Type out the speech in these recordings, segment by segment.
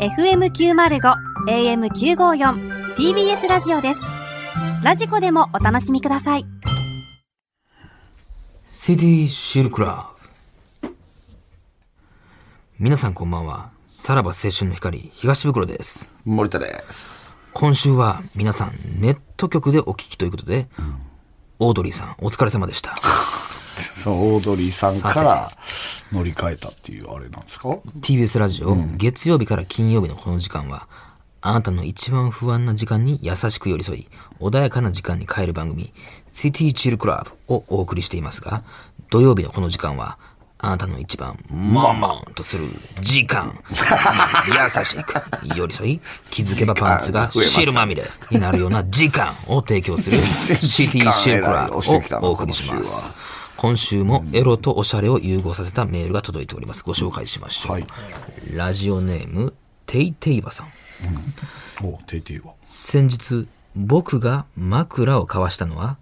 FM905 AM954 TBS ラジオですラジコでもお楽しみくださいシティシールクラブ皆さんこんばんはさらば青春の光東袋です森田です。今週は皆さんネット局でお聞きということで、オードリーさんお疲れ様でしたそのオードリーさんから乗り換えたっていうあれなんですか TBS ラジオ、月曜日から金曜日のこの時間はあなたの一番不安な時間に優しく寄り添い穏やかな時間に変える番組「シティチルクラブ」をお送りしていますが土曜日のこの時間はあなたの一番マンマンとする時間 優しく寄り添い気づけばパンツが汁まみれになるような時間を提供 するシティシルクラブをお送りします。今週もエロとおしゃれを融合させたメールが届いております。ご紹介しましょう。はいラジオネーム、テイテイバさん。おていていわ。先日、僕が枕を交わしたのは、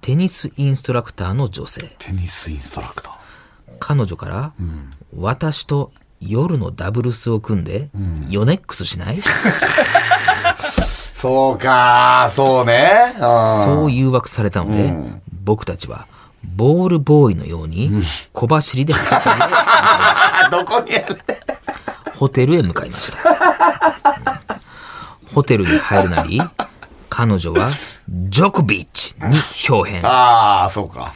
テニスインストラクターの女性。テニスインストラクター。彼女から、私と夜のダブルスを組んで、ヨネックスしないそうかー、そうね。あそう誘惑されたので、僕たちは、ボールボーイのように、小走りでー どこにあるホテルへ向かいました。ホテルに入るなり、彼女はジョコビッチに表変。ああ、そうか。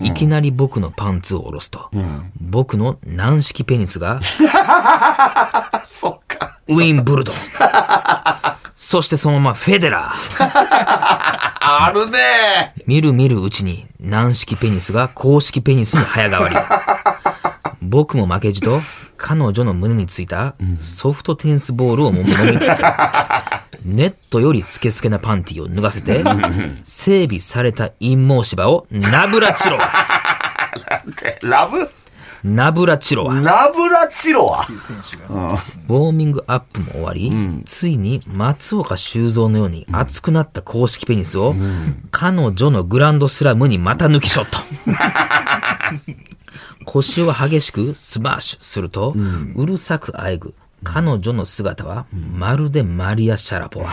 いきなり僕のパンツを下ろすと、僕の軟式ペニスがそうか。ウィンブルドン。 そしてそのままフェデラー。あるね見る見るうちに軟式ペニスが公式ペニスに早変わり。僕も負けじと彼女の胸についたソフトテニスボールをもみつつ、ネットよりスケスケなパンティを脱がせて、整備された陰毛芝をナブラチロワ。ラブナブラチロワ。ラブラチロはウォーミングアップも終わり、ついに松岡修造のように熱くなった公式ペニスを、彼女のグランドスラムにまた抜き ショット。腰を激しくスマッシュすると、うるさく喘ぐ彼女の姿はまるでマリア・シャラポワ。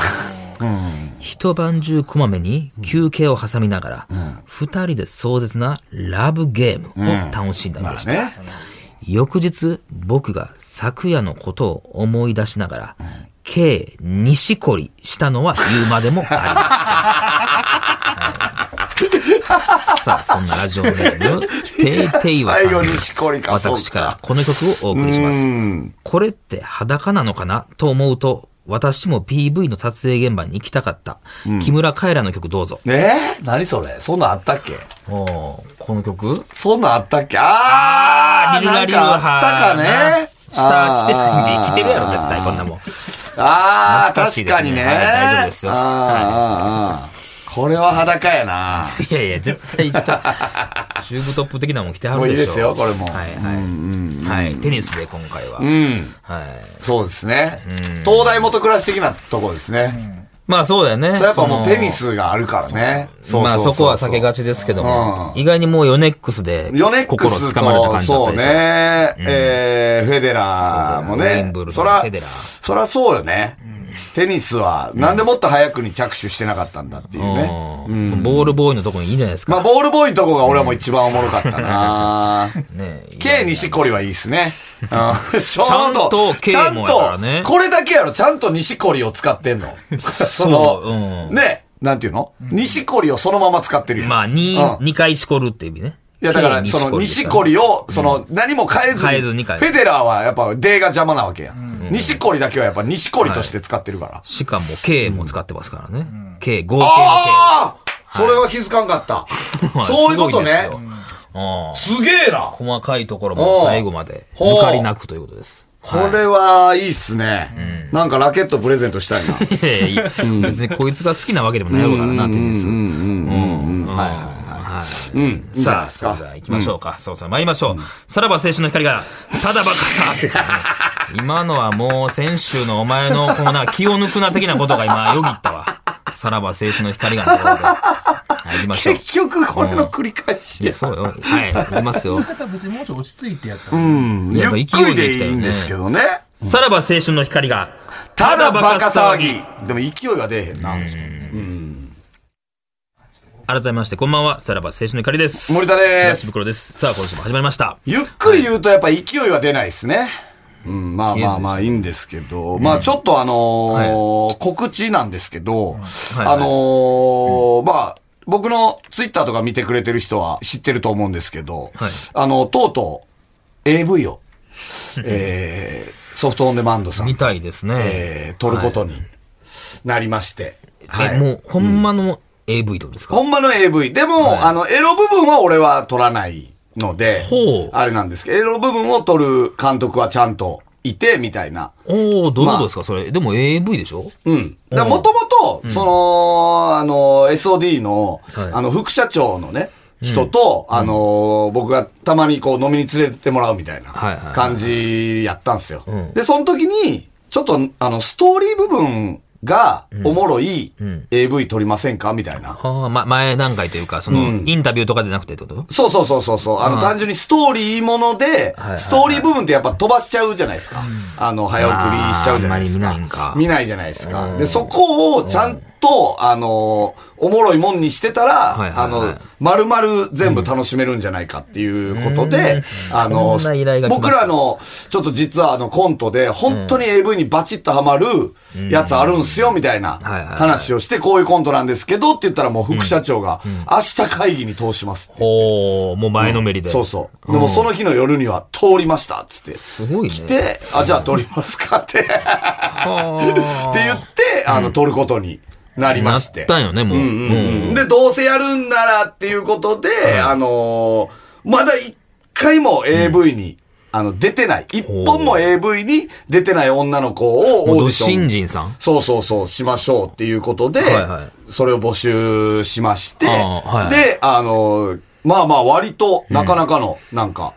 一晩中こまめに休憩を挟みながら、二、人で壮絶なラブゲームを楽しんだのでした。ね。翌日僕が昨夜のことを思い出しながら、計西こりしたのは言うまでもありません。はいさあ、そんなラジオネーム、ていていわさ最ん後にに、しこりか。そう私からこの曲をお送りします。これって裸なのかなと思うと、私も PV の撮影現場に行きたかった。木村カエラの曲どうぞ。えー、何それそんなんあったっけおーこの曲そんなんあったっけあー、リルなガんリルかハあったかね。下着てないんで、着てるやろ、あー絶対こんな もん。ああ、懐かしい確ですねかにね。はい大丈夫ですよあーあー、あーこれは裸 やな。いやいや、絶対した。チューブトップ的なもん着てはるでしょ。もういいですよこれもはいはい。はい、テニスで今回は。うん。はい。そうですね。東大元暮らし的なとこですね。まあそうだよね。それやっぱもうそのテニ。スがあるからね。そうまあそこは避けがち。ちですけども、うん意外にもうヨネックスでヨネック心をスつかまれたと、感じだっそたうでしょ。ね。えーフェデラーもフェデラーウィンねブルド。ンそらフェデラ、ーそらそうよね。テニスは、なんでもっと早くに着手してなかったんだっていうね。うんボールボーイのとこにいいんじゃないですまか。あ、ボールボーイのとこが俺はもう一番おもろかっ たなねえ K 西堀はいいで すね。うん、ちゃゃんと K ちゃんもやからねとこれだけやろ、ちゃんと西堀を使ってん の。その、うんね、なんていうの西堀をそのまま使ってるよ。まあ、二うん二回しこるっていう意味ね。いや、だから、計その、です西から堀を、その、何も変えずに、変えずに変えるフェデラーはやっぱ、デーが邪魔なわけや。西堀だけはやっぱ、西堀として使ってるから。しかも K も使ってますからね。K、合計の K。ああそれは気づかんかった。 まあそういうことねす。ごいですようんすげえな細かいところも最後までほう抜かりなくということです。これはいいっすね。なんかラケットプレゼント したいな。いやいや別にこいつが好きなわけでもないわからな、テニス。うんはいうん。いいんじゃないさあ、ですそれかでは行きましょうか。そうそう、参りましょう。さらば青春の光が、ただバカ さ。今のはもう先週のお前のこのな、気を抜くな的なことが今よぎったわ。さらば青春の光がのところで。はい、行きましょう。 結局、これの繰り返しいや、や。そうよ。はい、行きますよ。 方別にもうちょっと落ち着いてやったら、うん。ゆっくりでいいんですけどね。さらば青春の光が、ただバカ騒ぎ。でも勢いは出えへんな。改めまして、こんばんは。さらば青春の光です。森田です東袋です。さあ、今週も始まりました。ゆっくり言うとやっぱ勢いは出ないですね。うん、まあまあまあいいんですけど、まあちょっとあのー告知なんですけど、いあのーまあ、僕のツイッターとか見てくれてる人は知ってると思うんですけど、はいあの、とうとう AV を、えー、ソフトオンデマンドさんみ、たいですね。えー、撮ることになりまして、はいえ、もう、ほんまの AV ってことですか、ほんまの AV。でも、あの、エロ部分は俺は撮らないのでほう、あれなんですけど、エロ部分を撮る監督はちゃんといて、みたいな。おおどういうことですか、それ。でも AV でしょうん。だもともと、その、あの、SOD の、いあの、副社長のね、人と、あの、僕がたまにこう飲みに連れてってもらうみたいなはいはいはい感じやったんですよ。で、その時に、ちょっと、あの、ストーリー部分がおもろい AV 撮りませんかみたいな。はあ、ま、前段階というか、その、インタビューとかでなくてってことそうそうそうそうそう。あの、単純にストーリーものではいは、いストーリー部分ってやっぱ飛ばしちゃうじゃないですか。あの、早送りしちゃうじゃないですまあか。あんまり見ないんか見ないじゃないですか。で、そこをちゃんと、あの、おもろいもんにしてたはいはいら、はいあの、丸々全部楽しめるんじゃないかっていうことで、あのそんな依頼が、来ました僕らの、ちょっと実はあの、コントで、本当に AV にバチッとハマるやつあるんすよ、みたいなはいはい話をして、こういうコントなんですけどって言ったらもう副社長が、明日会議に通しますって。おー、もう前のめりで。そうそう。でもその日の夜には通りましたっつって。すごいね。来て、あ、じゃあ撮りますかって。って は言って、あの、撮ることになりあ、なまっして。たんよね、もう。うんで、どうせやるんならっていうことで、あのーまだ一回も AV に、あの、出てない。一本も AV に出てない女の子をオもう、ーディドション。新人さん。そうそうそう、しましょうっていうことで、はいはそれを募集しまして、ああはいはいで、あの、まあまあ割となかなかの、なんか、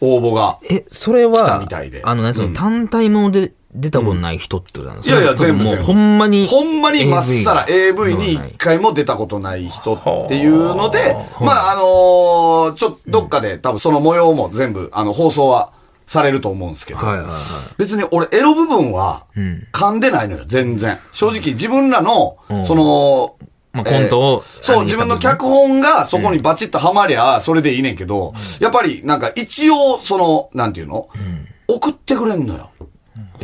応募が、え、それ来たはみたいで、あのね、その単体もので出たことない人ってことなんですか、いやいや全部もう全ほ部んまに。ほんまにまっさら AV にはい一回も出たことない人っていうので、まああのーちょっとどっかで多分その模様も全部、あの、放送はされると思うんですけど、はいはいはい。別に俺エロ部分はん噛んでないのよ、全然。正直自分らの、その、まあコントをえーそう、あれにし自たも分んねの脚本がそこにバチッとはまりゃ、それでいいねんけど、やっぱりなんか一応、その、なんていうの、送ってくれんのよ。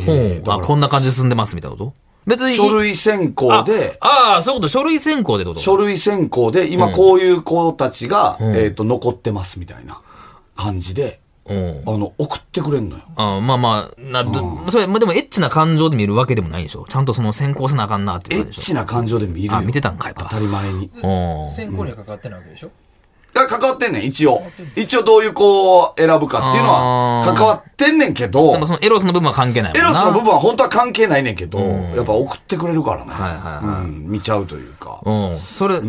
ほうあ、こんな感じで進んでますみたいなこと別に。書類選考で、ああー、そういうこと、書類選考でってこと書類選考で、今こういう子たちが、えっと、残ってますみたいな感じで、うん。あの、送ってくれんのよ。あーまあまあ、な、どそれ、まあでもエッチな感情で見るわけでもないでしょ。ちゃんとその先行せなあかんなってエいうこッとでしチな感情で見るよ。あ見てたんかい当たり前に。ょ。うん。選考にはかかってないわけでしょが関わってんねん、一応。一応どういう子を選ぶかっていうのはあー関わってんねんけどで、もそのエロスの部分は関係ないもエんな。ロスの部分は本当は関係ないねんけど、やっぱ送ってくれるからね。はいはいはうん、見ちゃうというか。うん。それ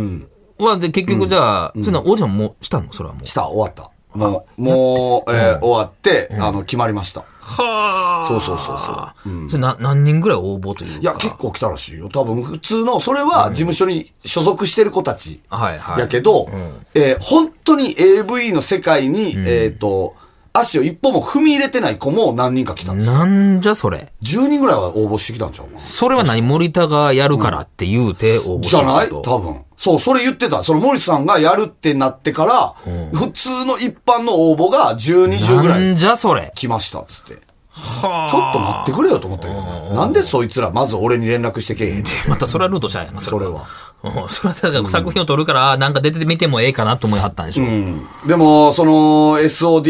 は、で、結局じゃあ、そういうのはオーディションもうしたのそれはもう。した、終わった。もう、もう、えー終わって、あの、決まりました。はそうそうそうそう。それな何人ぐらい応募というか。いや、結構来たらしいよ。多分、普通の、それは事務所に所属してる子たち。はいはい。やけど、えー本当に AV の世界に、えっ、と、足を一歩も踏み入れてない子も何人か来たんですよ。なんじゃそれ。 10人ぐらいは応募してきたんちゃうかなそれは何森田がやるからって言うて応募しじたゃないってこ多と分。そう、それ言ってた。その森さんがやるってなってから、普通の一般の応募が10、20ぐらないんじゃそれ。来ました、つって。ちょっと待ってくれよと思ったけどね。なんでそいつらまず俺に連絡してけえへんねんまたそれはルートしちゃうやんそそれれは。は。うんそれはだから作品を撮るから、なんか出てみてもええかなと思いはったんでしょ。でも、その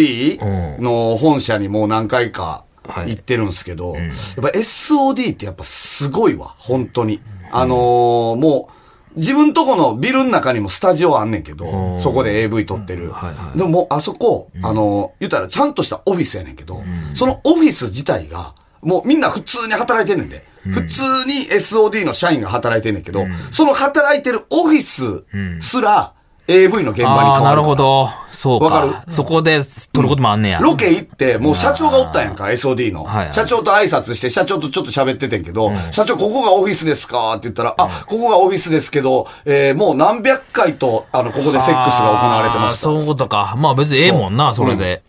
SOD の本社にもう何回か行ってるんですけど、やっぱ SOD ってやっぱすごいわ、本当に。あのーもう、自分とこのビルの中にもスタジオあんねんけど、そこで AV 撮ってる。でももうあそこ、あのー言ったらちゃんとしたオフィスやねんけど、そのオフィス自体が、もうみんな普通に働いてんねんで。普通に SOD の社員が働いてんねんけど、その働いてるオフィスすら AV の現場に変わあるあ、から。なるほど。そうわかか。るそこで撮ることもあんねや。ロケ行って、もう社長がおったんやんか、SOD のはいは。い社長と挨拶して、社長とちょっと喋っててんけど、社長ここがオフィスですかって言ったら、あ、ここがオフィスですけど、えーもう何百回と、あの、ここでセックスが行われてまあーした。そういうことか。まあ別にええもんな、それで。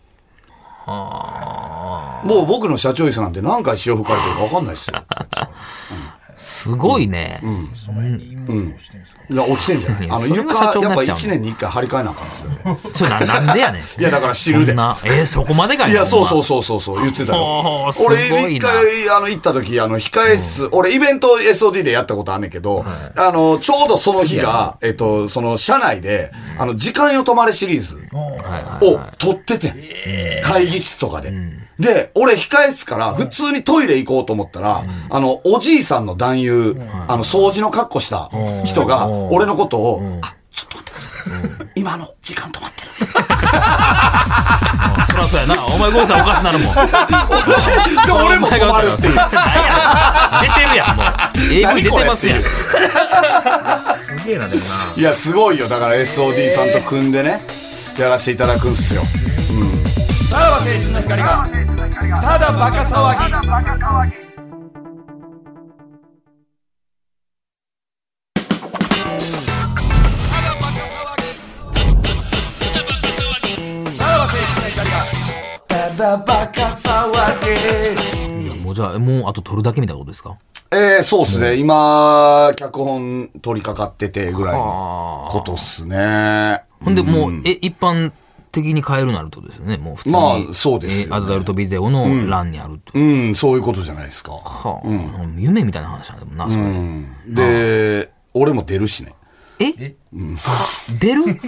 もう僕の社長椅子なんて何回潮吹かれてるか分かんないですよ。すごいね。いや、落ちてんじゃないいやあの、それは床、社長にやなっっちゃうのぱ1年に1回張り替えなあかんですよ。それな、なんでやねん。 いやだから汁でえー、そこまでかいいなや、そうほんそうそうそうそう、言ってたおーよ。すごいな俺、一回、あの、行った時、あの、控え室、俺、イベント SOD でやったことあんねんけど、あの、ちょうどその日が、えっと、その、社内で、あの、時間よ止まれシリーズを撮っててん、会議室とかで。で、俺、控え室から、普通にトイレ行こうと思ったら、あの、おじいさんの男優、あの、掃除の格好した人が、俺のことを、あ、ちょっと待ってください。今あの、時間止まってる。そらそうやな。お前ゴーさんおかしなるもん。で、俺も止まるって出ていう。るやん、もう。AV 出てますや ん。すげえな、でもいや、すごいよ。だから SOD さんと組んでね、やらせていただくんすよ。うん。さらば青春の光が、ただバカ騒ぎ。まもうじゃあ、もうあと取るだけみたいなことですかえー、そうっすね。今、脚本取り掛かっててぐらいのことっすね。ほんで、もう、え、一般的に変えるなるってことですよね。もう普通に。まあそうですよねえーアダルトビデオの欄にあると。うん、そういうことじゃないですか。はあ夢みたいな話なんだもんな、それ。で、俺も出るしね。え出 る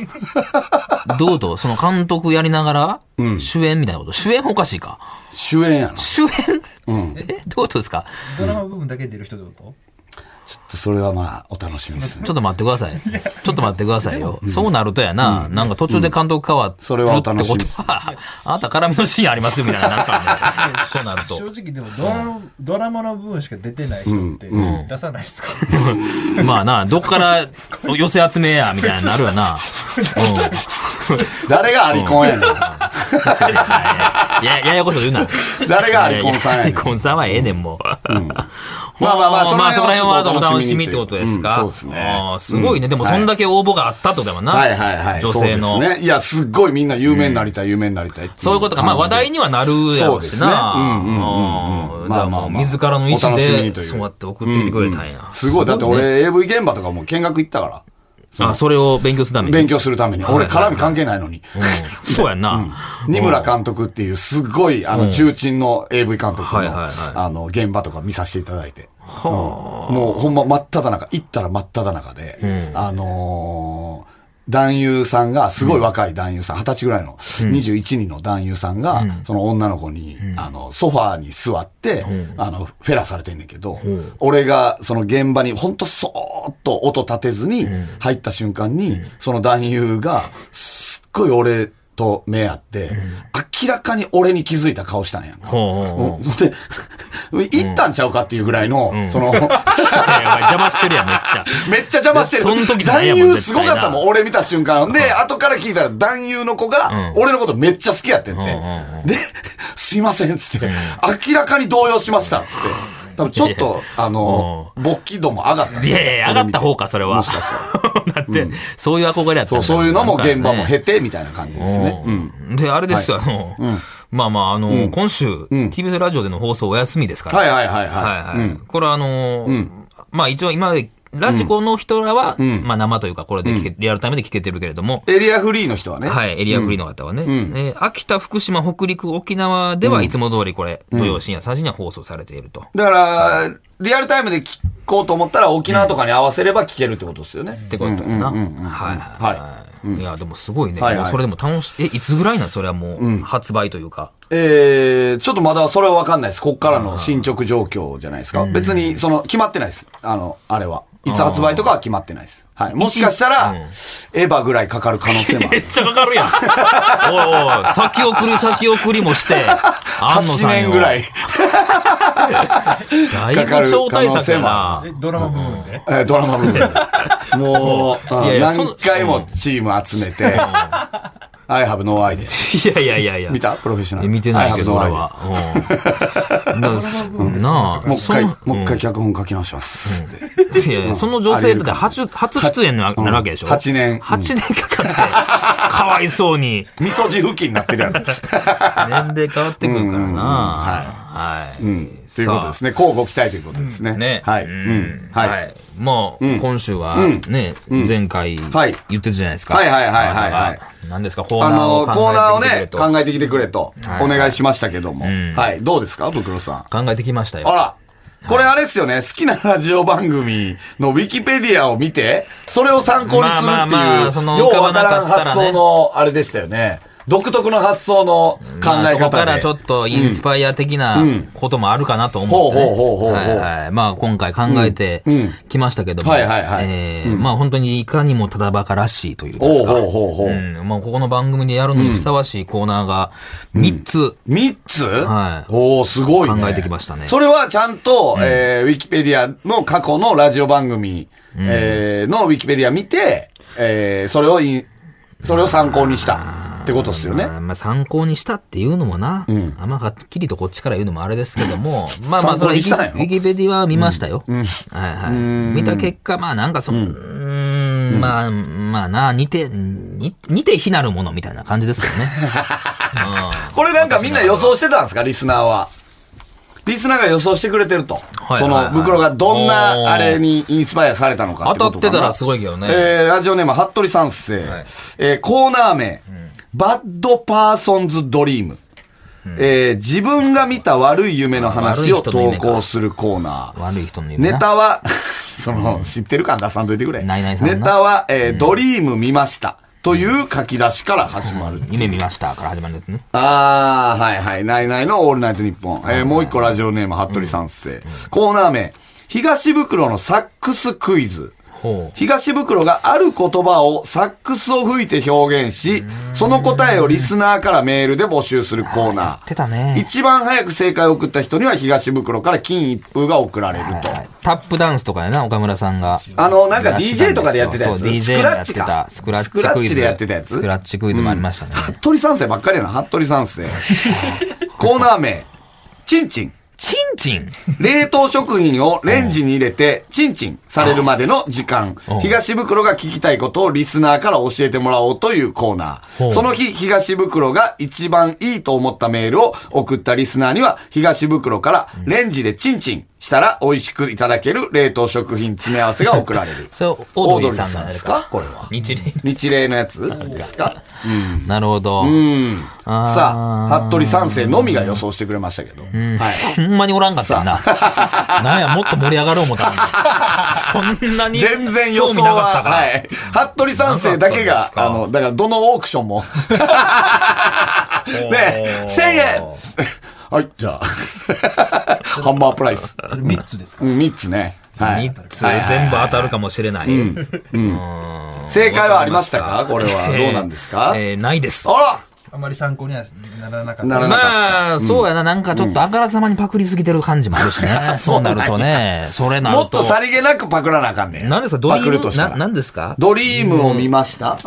どうとその監督やりながら、主演みたいなこと。主演おかしいか。主演やな。ち主演えどういうことですかドラマ部分だけ出る人ってことょっとそれはまあ、お楽しみですね。ちょっと待ってください。ちょっと待ってくださいよ。そうなるとやな、なんか途中で監督変わってそるれっはおて楽しこみとですは、あなた絡みのシーンありますよみたいな、なんかね、そうなると正。直でもドラドラマの部分しか出てない人って出さないですか、まあな、どっから寄せ集めや、みたいになるよ な。 誰がアリコンやねん。うん。や、ややこしいこと言うな。誰がアリコンさんやねん。コンさんはええねん、もう。まあまあまあ ほうその辺はちょそっとの辺はお楽しみってことですか。うんそうですねあーすごいね。でも、そんだけ応募があったってことだもんな。はいはいはい。女性そのう。ですね。いや、すっごいみんな有名になりたい、有名になりたいってそういうことか。まあ、話題にはなるやろうしな。そうですねうんうんうんうんあーまあまあまあだからもう自らの意思お楽しみにで、というそうやって送ってきてくれたんや。すごい。だってね、俺、AV 現場とかも見学行ったから。あ、それを勉強するために。勉強するために。俺、絡み関係ないのに。そうやんな。 二村監督っていう、すっごい、あの、重鎮の AV 監督の、はいはいはいあの、現場とか見させていただいて。うんもう、ほんま、真っ只中、行ったら真っ只中で、あのー男優さんが、すごい若い男優さん、二十歳ぐらいの、21人の男優さんが、その女の子に、あの、ソファーに座って、あの、フェラされてんねんけど、俺が、その現場に、ほんとそーっと音立てずに、入った瞬間に、その男優が、すっごい俺と目合って、明らかに俺に気づいた顔したんやんか。ほで、 行ったんちゃうかっていうぐらいの、その、い やいや邪魔してるやん、めっちゃ。めっちゃ邪魔してる。そん時じゃない男やもん優すごかったも絶対ん、俺見た瞬間。で、後から聞いたら男優の子が、俺のことめっちゃ好きやってんて。で、すいません、つって、明らかに動揺しました、つって。多分ちょっと、あの、勃起度も上がった。いやいやいや、上がった方か、それは。もしかしたら。 だって、そういう憧れやったんだそう、そういうのも現場も減経て、みたいな感じですね。うん。で、あれですよ、あの、まあまあ、あの、今週、TBS ラジオでの放送お休みですから。はいはいはいははいはい。これはあのーまあ一応今、ラジコの人らは、まあ生というかこれで聞け、リアルタイムで聞けてるけれども、い。エリアフリーの人はね。はい、エリアフリーの方はね、えー秋田、福島、北陸、沖縄ではいつも通りこれ、土曜深夜3時には放送されていると。だから、リアルタイムで聞こうと思ったら沖縄とかに合わせれば聞けるってことですよね。ってことやな。はいはいはい。いや、でもすごいね。はいはいそれでも楽しい。え、いつぐらいなんそれはもう、発売というか。えー、ちょっとまだそれは分かんないです。こっからの進捗状況じゃないですか。別に、その、決まってないです。あの、あれは。いつ発売とかは決まってないです。はい。もしかしたら、エヴァぐらいかかる可能性もあ めるっ。ちゃかかるやん。おいおい、先送り先送りもして、安野8さんよ。年ぐらい。。だいぶ超大作やな。えドラマ部分で、えード ラマ部分で。もう、いやういんやその何回もチーム集めて、 I have no idea. いやいやいやいや。見たプロフェッショナル。見てないけど、 I 俺 have no は。 うんだからなあ、 idea もう一回、そのもう一回脚本書き直します。いやいや、その女性だって初、初出演になるわけでしょうん八年八年かかって、かわいそうに。味噌汁付近になってるや ろ。年齢変わってくるからな。うんはい。はい。うん。ということですね。交互期待ということですね。ね。はい。ううんん。は。はいい。まあ、今週は、ね、前回、言はいってたじゃないですか。はいはいはいはいはいあなたが何ですか、コーあナーをの、考えてコーナーをきてくれね、と考えてきてくれと、お願いしましたけども。んはい。どうですかブクロさん。考えてきましたよ。あら。これあれですよね。好きなラジオ番組のウィキペディアを見て、それを参考にするってまあまあまあそいう、のようわからん浮かばなかった発らね想の、あれでしたよね。独特の発想の考まあえそこか方らでち。ょっとインスパイア的なこともあるかなと思ほっうてね、ほうほうほうほうはいはいまあ今回考えてきましたけども、うんはいはいはいえーまあ本当にいかにもただバカらしいというおでうすか、ほうほうほうう。ん、まあここの番組でやるのにふさわしいコーナーが3つ、三つはいおおすごいね。考えてきましたねそれはちゃんと、えーウィキペディアの過去のラジオ番組、えーのウィキペディア見て、えーそれをい、それを参考にしたってことですよね。まあまあ参考にしたっていうのもな、あんまはっきりとこっちから言うのもあれですけど も、まあまあ、参そ考れウィにキしウたんやろィキペディアは見ましたよ。はいはい。見た結果、まあなんかその、うーん、まあ、まあな、似て、似似て非なるものみたいな感じですけど ね。これなんかみんな予想してたんですかリスナーは。リスナーが予想してくれてると。いはいその、袋がどんおーなあれにインスパイアされたのかってことか当なたってたらすごいけどねえー、ラジオネーム、服部三世。えー、コーナー名、バッドパーソンズドリーム。えー、自分が見た悪い夢の話を悪い人の投夢か稿するコーナー。悪い人の夢ネな。タは、 その、知ってる感出さんといてくれ。ないないさんなネタは、えードリーム見ました。という書き出しから始まる。夢見ましたから始まるんですね。ああ、はいはい。ないないのオールナイトニッポン。えーもう一個ラジオネーム、服部三世。コーナー名、東袋のサックスクイズ。ほう。東袋がある言葉をサックスを吹いて表現し、その答えをリスナーからメールで募集するコーナってー。たね。一番早く正解を送った人には東袋から金一封が送られると。タップダンスとかやな、岡村さんが。あの、なんか DJ とかでやってたやつ。そう、DJ スでクやラッってチかた。。スクラッチクイズ。でやってたやスつク。ラッチクイズもありましたね。服部三世ばっかりやな、服部三世。コーナー名、チンチン。チンチン冷凍食品をレンジに入れて、チンチンされるまでの時間。東袋が聞きたいことをリスナーから教えてもらおうというコーナほー。う。その日、東袋が一番いいと思ったメールを送ったリスナーには、東袋からレンジでチンチンしたら美味しくいただける冷凍食品詰め合わせが送られるそれ、オードリーさんなんオードリーでですすかかこれは。日例日例のやつですかなるほど。うん。あーさあ、服部三世のみが予想してくれましたけど。はい。ほんまにおらんかったよな。 なんや、もっと盛り上がろう思ったのに。そんなに。全然予想は、はい。服部三世だけなかがっ、たあんですかの、だからどのオークシ ョンも。ねえ、1000円はい、じゃあ。ハンマープライス。 3つですかうん、3つね。はい。 3つ全部当たるかもしれない。正解はありましたかこれは。どうなんですかえーないです。ああまり参考にはならなかっならた。なかったまあ、そうやな。なんかちょっとあからさまにパクりすぎてる感じもあるし ね。そうなるとね。それらなもるっとと。さりげなくパクらなあかんねん。何ですかドリパクるーとムしたな、ら。何ですかドリームを見ましたん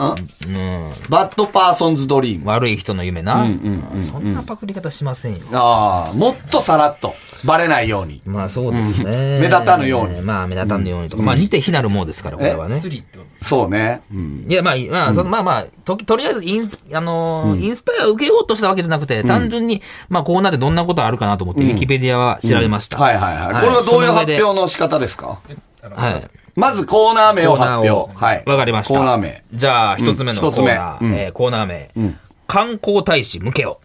バッドパーソンズドリーム。悪い人の夢な。そんなパクり方しませんよ。ああ、もっとさらっと。バレないように。まあそうですね。目立たぬようにまあ目立たぬようにとか。まあ似て非なるものですから、これはね。スリってことですそうね。うん。いや、まあ、まあ、その、まあまあ、とき、とりあえず、インス、あのーインスパイアを受けようとしたわけじゃなくて、単純に、まあ、こうなってどんなことあるかなと思って、ウィキペディアは調べました。はいはいはい。これはどういう発は表の仕方ですかあのい。はい。まずコーナー名をコ発ーナ表。ーをはい。わかりました。コーナー名。じゃあ、一つ目のコ一つー目ナー、えーコーナー名、観光大使向けよ。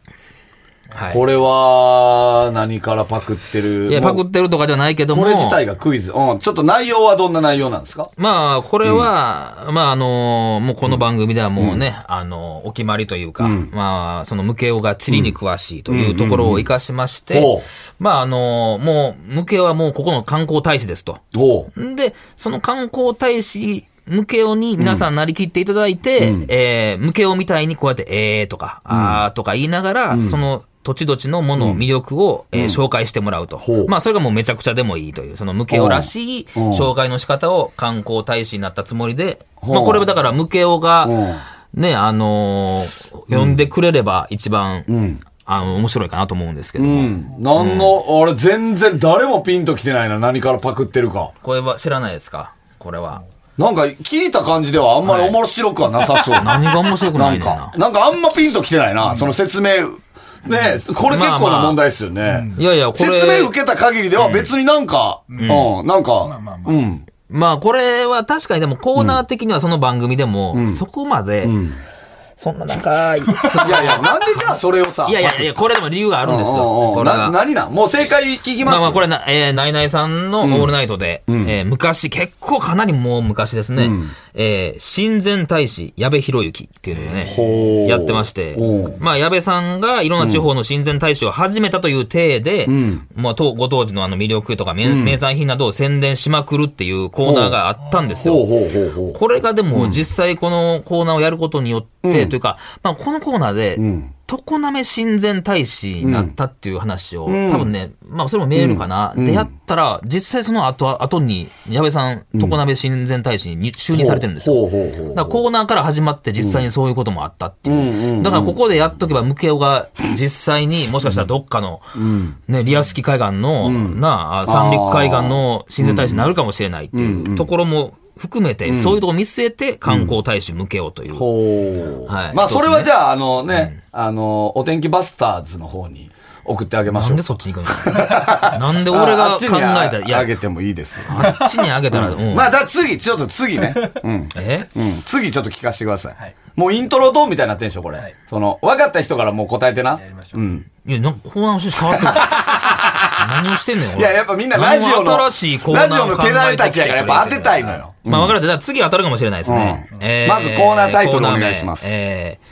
はい。これは、何からパクってるいや、パクもっうてるとかじゃないけども。これ自体がクイズ。うん。ちょっと内容はどんな内容なんですかまあ、これは、まあ、あのーもうこの番組ではもうね、あのーお決まりというか、まあ、その、ムケオが地理に詳しいというところを活かしまして、うんうんうんほうまあ、あのーもう、ムケオはもうここの観光大使ですと。どうで、その観光大使、ムケオに皆さんなりきっていただいて、えー、ムケオみたいにこうやって、えーとか、あーとか言いながら、その、土地土地のもの、魅力を、えー紹介してもらうと。ほうまあ、それがもうめちゃくちゃでもいいという、そのムケオらしい紹介の仕方を観光大使になったつもりで、うまあ、これはだからムケオがうん、ね、あのー呼んでくれれば一番、あの、面白いかなと思うんですけども。うん。なんの、あれ全然誰もピンと来てないな、何からパクってるか。これは知らないですかこれは。なんか聞いた感じではあんまり面白くはなさ そう。何が面白くないなんねんなか、なんかあんまピンと来てないな、その説明。ねこれ結構な問題ですよね。いやいや、これ。説明受けた限りでは別になんか、うん、なんか、うん。まあこれは確かにでもコーナー的にはその番組でも、そこまで、そんな 長い。いやいや、なんでじゃあそれをさ、いやいやいや、これでも理由があるんですうんうんよ。うこんれな、が。何なんもう正解聞きますまあまあこれな、えー、ナイナイさんのオールナイトで、えー昔、結構かなりもう昔ですね、えー、親善大使、矢部博之っていうのをほうね、やってましておう、まあ矢部さんがいろんな地方の親善大使を始めたという体で、まあとご当時のあの魅力とか名,、名産品などを宣伝しまくるっていうコーナーがあったんですよ。ほうほうほうほう。これがでも実際このコーナーをやることによって、というか、まあ、このコーナーで、ん常滑親善大使になったっていう話を、多分ね、まあ、それもメールかな、でやったら、実際その後、後に、矢部さん、常滑親善大使に就任されてるんですよ。ほうほうほうほだう。からコーナーから始まって実際にそういうこともあったっていう。だからここでやっとけば、ムケオが実際にもしかしたらどっかの、ね、リアスキ海岸の、なあ、三陸海岸の親善大使になるかもしれないっていうところも含めて、そういうところ見据えて観光大使ムケオという。ほう。はいまあ、それそうはですねじゃあ、あのね、あの、お天気バスターズの方に送ってあげましなょんうで。そっちに行くのなんで俺がああっ考ちえにあたいやあ、げてもいいですよ。あっちにあげたら、 うんまあ、じゃあ次、ちょっと次ね。うん。えうん次ちょっと聞かせてください。もうイントロどうみたいになってんでしょ、これ。その、分かった人からもう答えてな。うん。いや、なんかコーナーの趣旨変わ ってる。何をしてんねん、俺いや、やっぱみんなラジオの、何も新しいコーナーラジオの手慣れたちやからやっぱ当てたいのよ。まあ分かるじゃあ次当たるかもしれないですね。うんまずコーナータイトルお願いしますコーナー名えー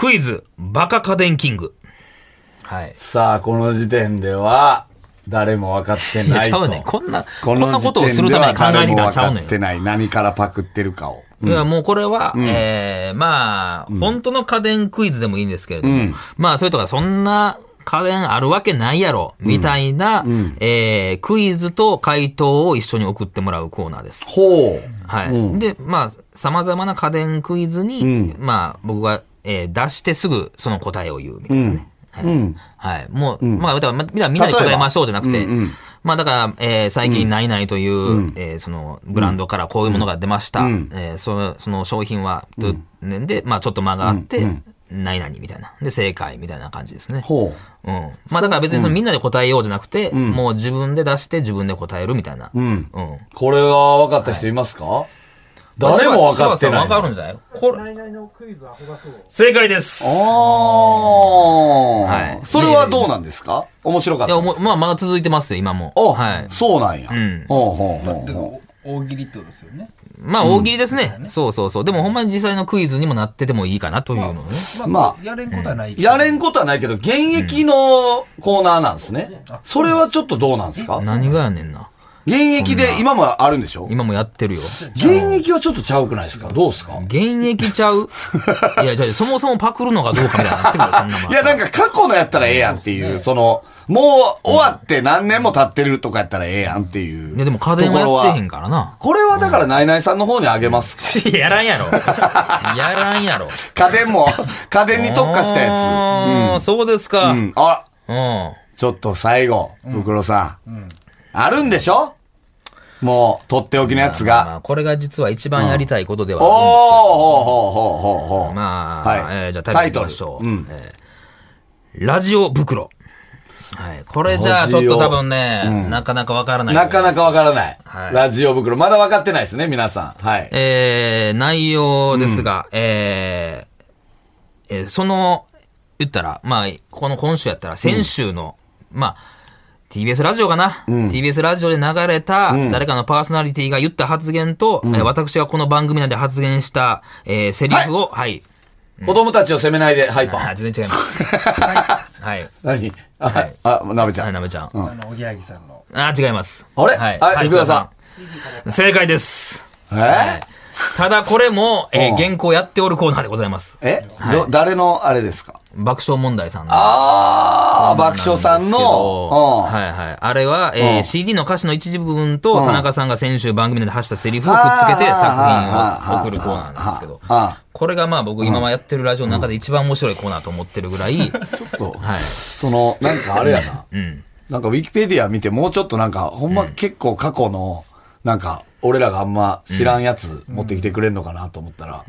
クイズ、バカ家電キング。はい。さあ、この時点では、誰も分かっていや、ないちと。ゃうねん。こんな、ここんなのこと時をす点るでために考えては誰もたん分ちゃかうっねん。てない。何からパクってるかを。いや、もうこれは、えーまあ、本当の家電クイズでもいいんですけれども、まあ、それとか、そんな家電あるわけないやろ、みたいな、えークイズと回答を一緒に送ってもらうコーナーです。ほう。はい。で、まあ、様々な家電クイズに、まあ、僕が、えー出してすぐその答えを言うみたいなね。はいはい。もう、まあ、だからまみんなみんなで答えましょうじゃなくて、まあ、だから、えー最近、ナイナイという、えーその、ブランドからこういうものが出ました。えーその、その商品は、とねで、まあ、ちょっと間があって、ナイナイみたいな。で、正解みたいな感じですね。ほうん。まあ、だから別にその、みんなで答えようじゃなくて、もう自分で出して自分で答えるみたいな。う。うん。うんこれは分かった人いますか、誰も分かって柴田さんない。分かるんじゃないこれ。正解です。あいあ、はいそれはどうなんですか面白かったや、ですかもうまあ、まだ続いてますよ、今も。あ、はい。そうなんや。んほうほうほうだからほお大喜利ってことですよね。まあ、大喜利ですね、そうそうそう。でも、ほんまに実際のクイズにもなっててもいいかなというのね。ままああ、やれんことはない。うやれんことはないけど、現役のコーナーなんですね。それはちょっとどうなんですか何がやねんな。現役で今もあるんでしょ今もやってるよ。現役はちょっとちゃうくないですかどうですか現役ちゃ ういや、じゃあそもそもパクるのかどうかみたいになってくる、そんなもん。いや、なんか過去のやったらええやんっていう、その、もう終わって何年も経ってるとかやったらええやんっていう。いやでも家電はやってへんからな。これはだから、ナイナイさんの方にあげますか。いややらんやろ。やらんやろ。 家電も、家電に特化したやあーそうですか。つ。うん。あ、うんちょっと最後、ブクロさん。あるんでしょもう、とっておきのやつまあまが。あ、これが実は一番やりたいことではおー、あるんですけど。ほうほうほうほうほう。まあ、はいえーじゃあタイトルいきましょう。えーラジオ袋。はい。これじゃあちょっと多分ね、なかなかわからない。なかなか。わからない。はいラジオ袋。まだわかってないですね、皆さん。はい。えー内容ですが、えーえーその、言ったら、まあ、この今週やったら先週の、まあ、TBS ラジオかな、?TBS ラジオで流れた、誰かのパーソナリティが言った発言と、えー私がこの番組内で発言した、えーセリフを、はい。子供たちを責めないで、ハイパあー。全然違い ます。はい。 何あ、あ、なべちはゃい、ん。なべちゃん。あの、おぎやはぎさんの。あ、違います。あれはい。あはい福田さ正解です。えはいただこれも、えー原稿やっておるコーナーでございます。え、ど、誰のあれですか爆笑問題さんの。ああ、爆笑さんですけどの、うんはいはい。あれは、えーうん CD の歌詞の一部分と、ん田中さんが先週番組で発したセリフをくっつけてあ作品ーあーを送るコーナーなんですけどあーあーあー、これがまあ僕今はやってるラジオの中で一番面白いコーナーと思ってるぐらい、ちょっと、 はい。その、なんかあれやな。うん。なんかウィキペディア見てもうちょっとなんか、ほんま結構過去の、なんか、俺らがあんま知らんやつ持ってきてくれんのかなと思ったら、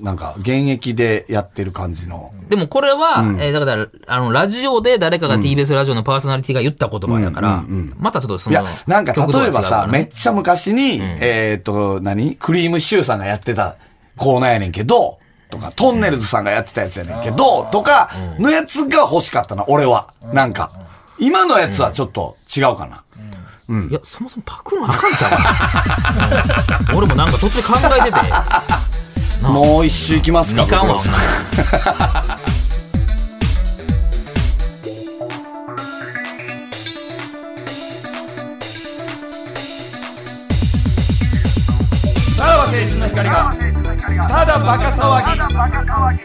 なんか現役でやってる感じの。でもこれは、えーだから、あの、ラジオで誰かが TBS ラジオのパーソナリティが言った言葉やから、またちょっとそいの、や、なんか曲とは例えば違うからさ、めっちゃ昔に、えっと、何クリームシューさんがやってたコーナーやねんけど、とか、トンネルズさんがやってたやつやねんけど、とか、のやつが欲しかったな、俺は。なんか。今のやつはちょっと違うかな。いや、そもそもパクるのあかんちゃう うん俺もなんか途中考えてて、もう一周いきますか。みかんは僕らさらば青春の光が、ただバカ騒ぎ。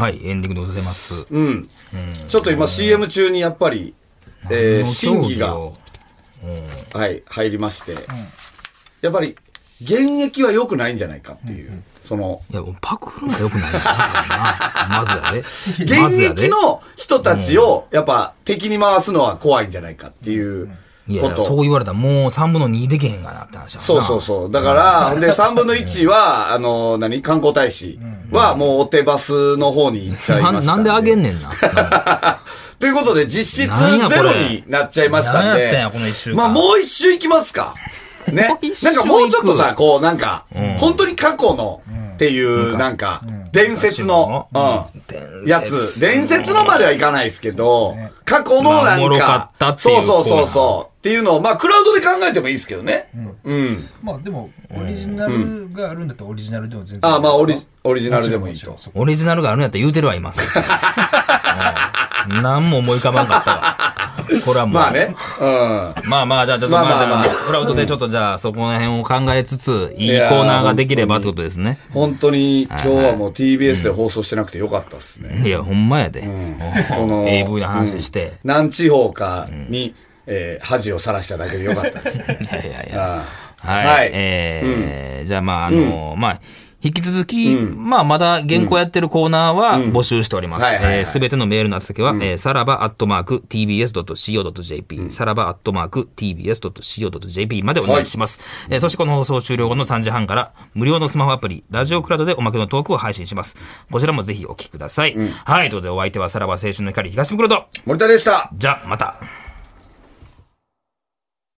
はい、エンディングでございます。うん。ちょっと今 CM 中にやっぱり、えー、審議が、はい、入りまして、やっぱり、現役は良くないんじゃないかっていう、その、いや、もうパクるのは良くないよな。まずやで。まず現やで役の人たちを、やっぱ敵に回すのは怖いんじゃないかっていういやいこや、と。そう言われたらもう3分の2でけへんがなって話やもんなそうそうそう。だから、で、3分の1は、あの、何観光大使は、もう、お手バスの方に行っちゃいなました。なんであげんねねんな。なということで、実なんや質ゼロこれになっちゃいましたんなんやで。ったんやこの一週間まあ、もう一周行きますか。ね。もう一周なんかもうちょっと行さ、くこう、なんか、本当に過去の、っていう、なんか、伝説の、のうん。伝や説のつ。伝説のまではいかないですけど、過去まのあなおもんろかかった、っていうそうそうそうコそう。っていうのを、まあ、クラウドで考えてもいいですけどね。うん。まあでも、オリジナルがあるんだったらオリジナルでも全然。ああ、まあオリ、オリジナルでもいいと。そこオリジナルがあるんやったら言うてるわ、今さ。 うん何も思い浮かばんかったわ。これはもう。まあね。うん。まあまあ、じゃあ、ちょっと、ままああまあまあクラウドでちょっと、じゃあ、そこら辺を考えつつ、いいコーナーができればってことですね。本当に、今日はもう TBS で放送してなくてよかったっすね。いや、ほんまやで。 その、 AV の話して。何地方かに、えー恥をさらしただけでよかったですね。 いやいやいや。あはい。はいえーじゃあ、まあ、あのーまあ、引き続き、まあ、まだ原稿やってるコーナーは募集しております。はいはいはいえすべてのメールの宛先は、えーさらばアットマーク tbs.co.jp、さらばアットマーク tbs.co.jp までお願いします。えーそしてこの放送終了後の3時半から、無料のスマホアプリ、ラジオクラウドでおまけのトークを配信します。こちらもぜひお聞きください。はい。ということで、お相手はさらば青春の光東袋と、森田でしたじゃあ、また。バイバイ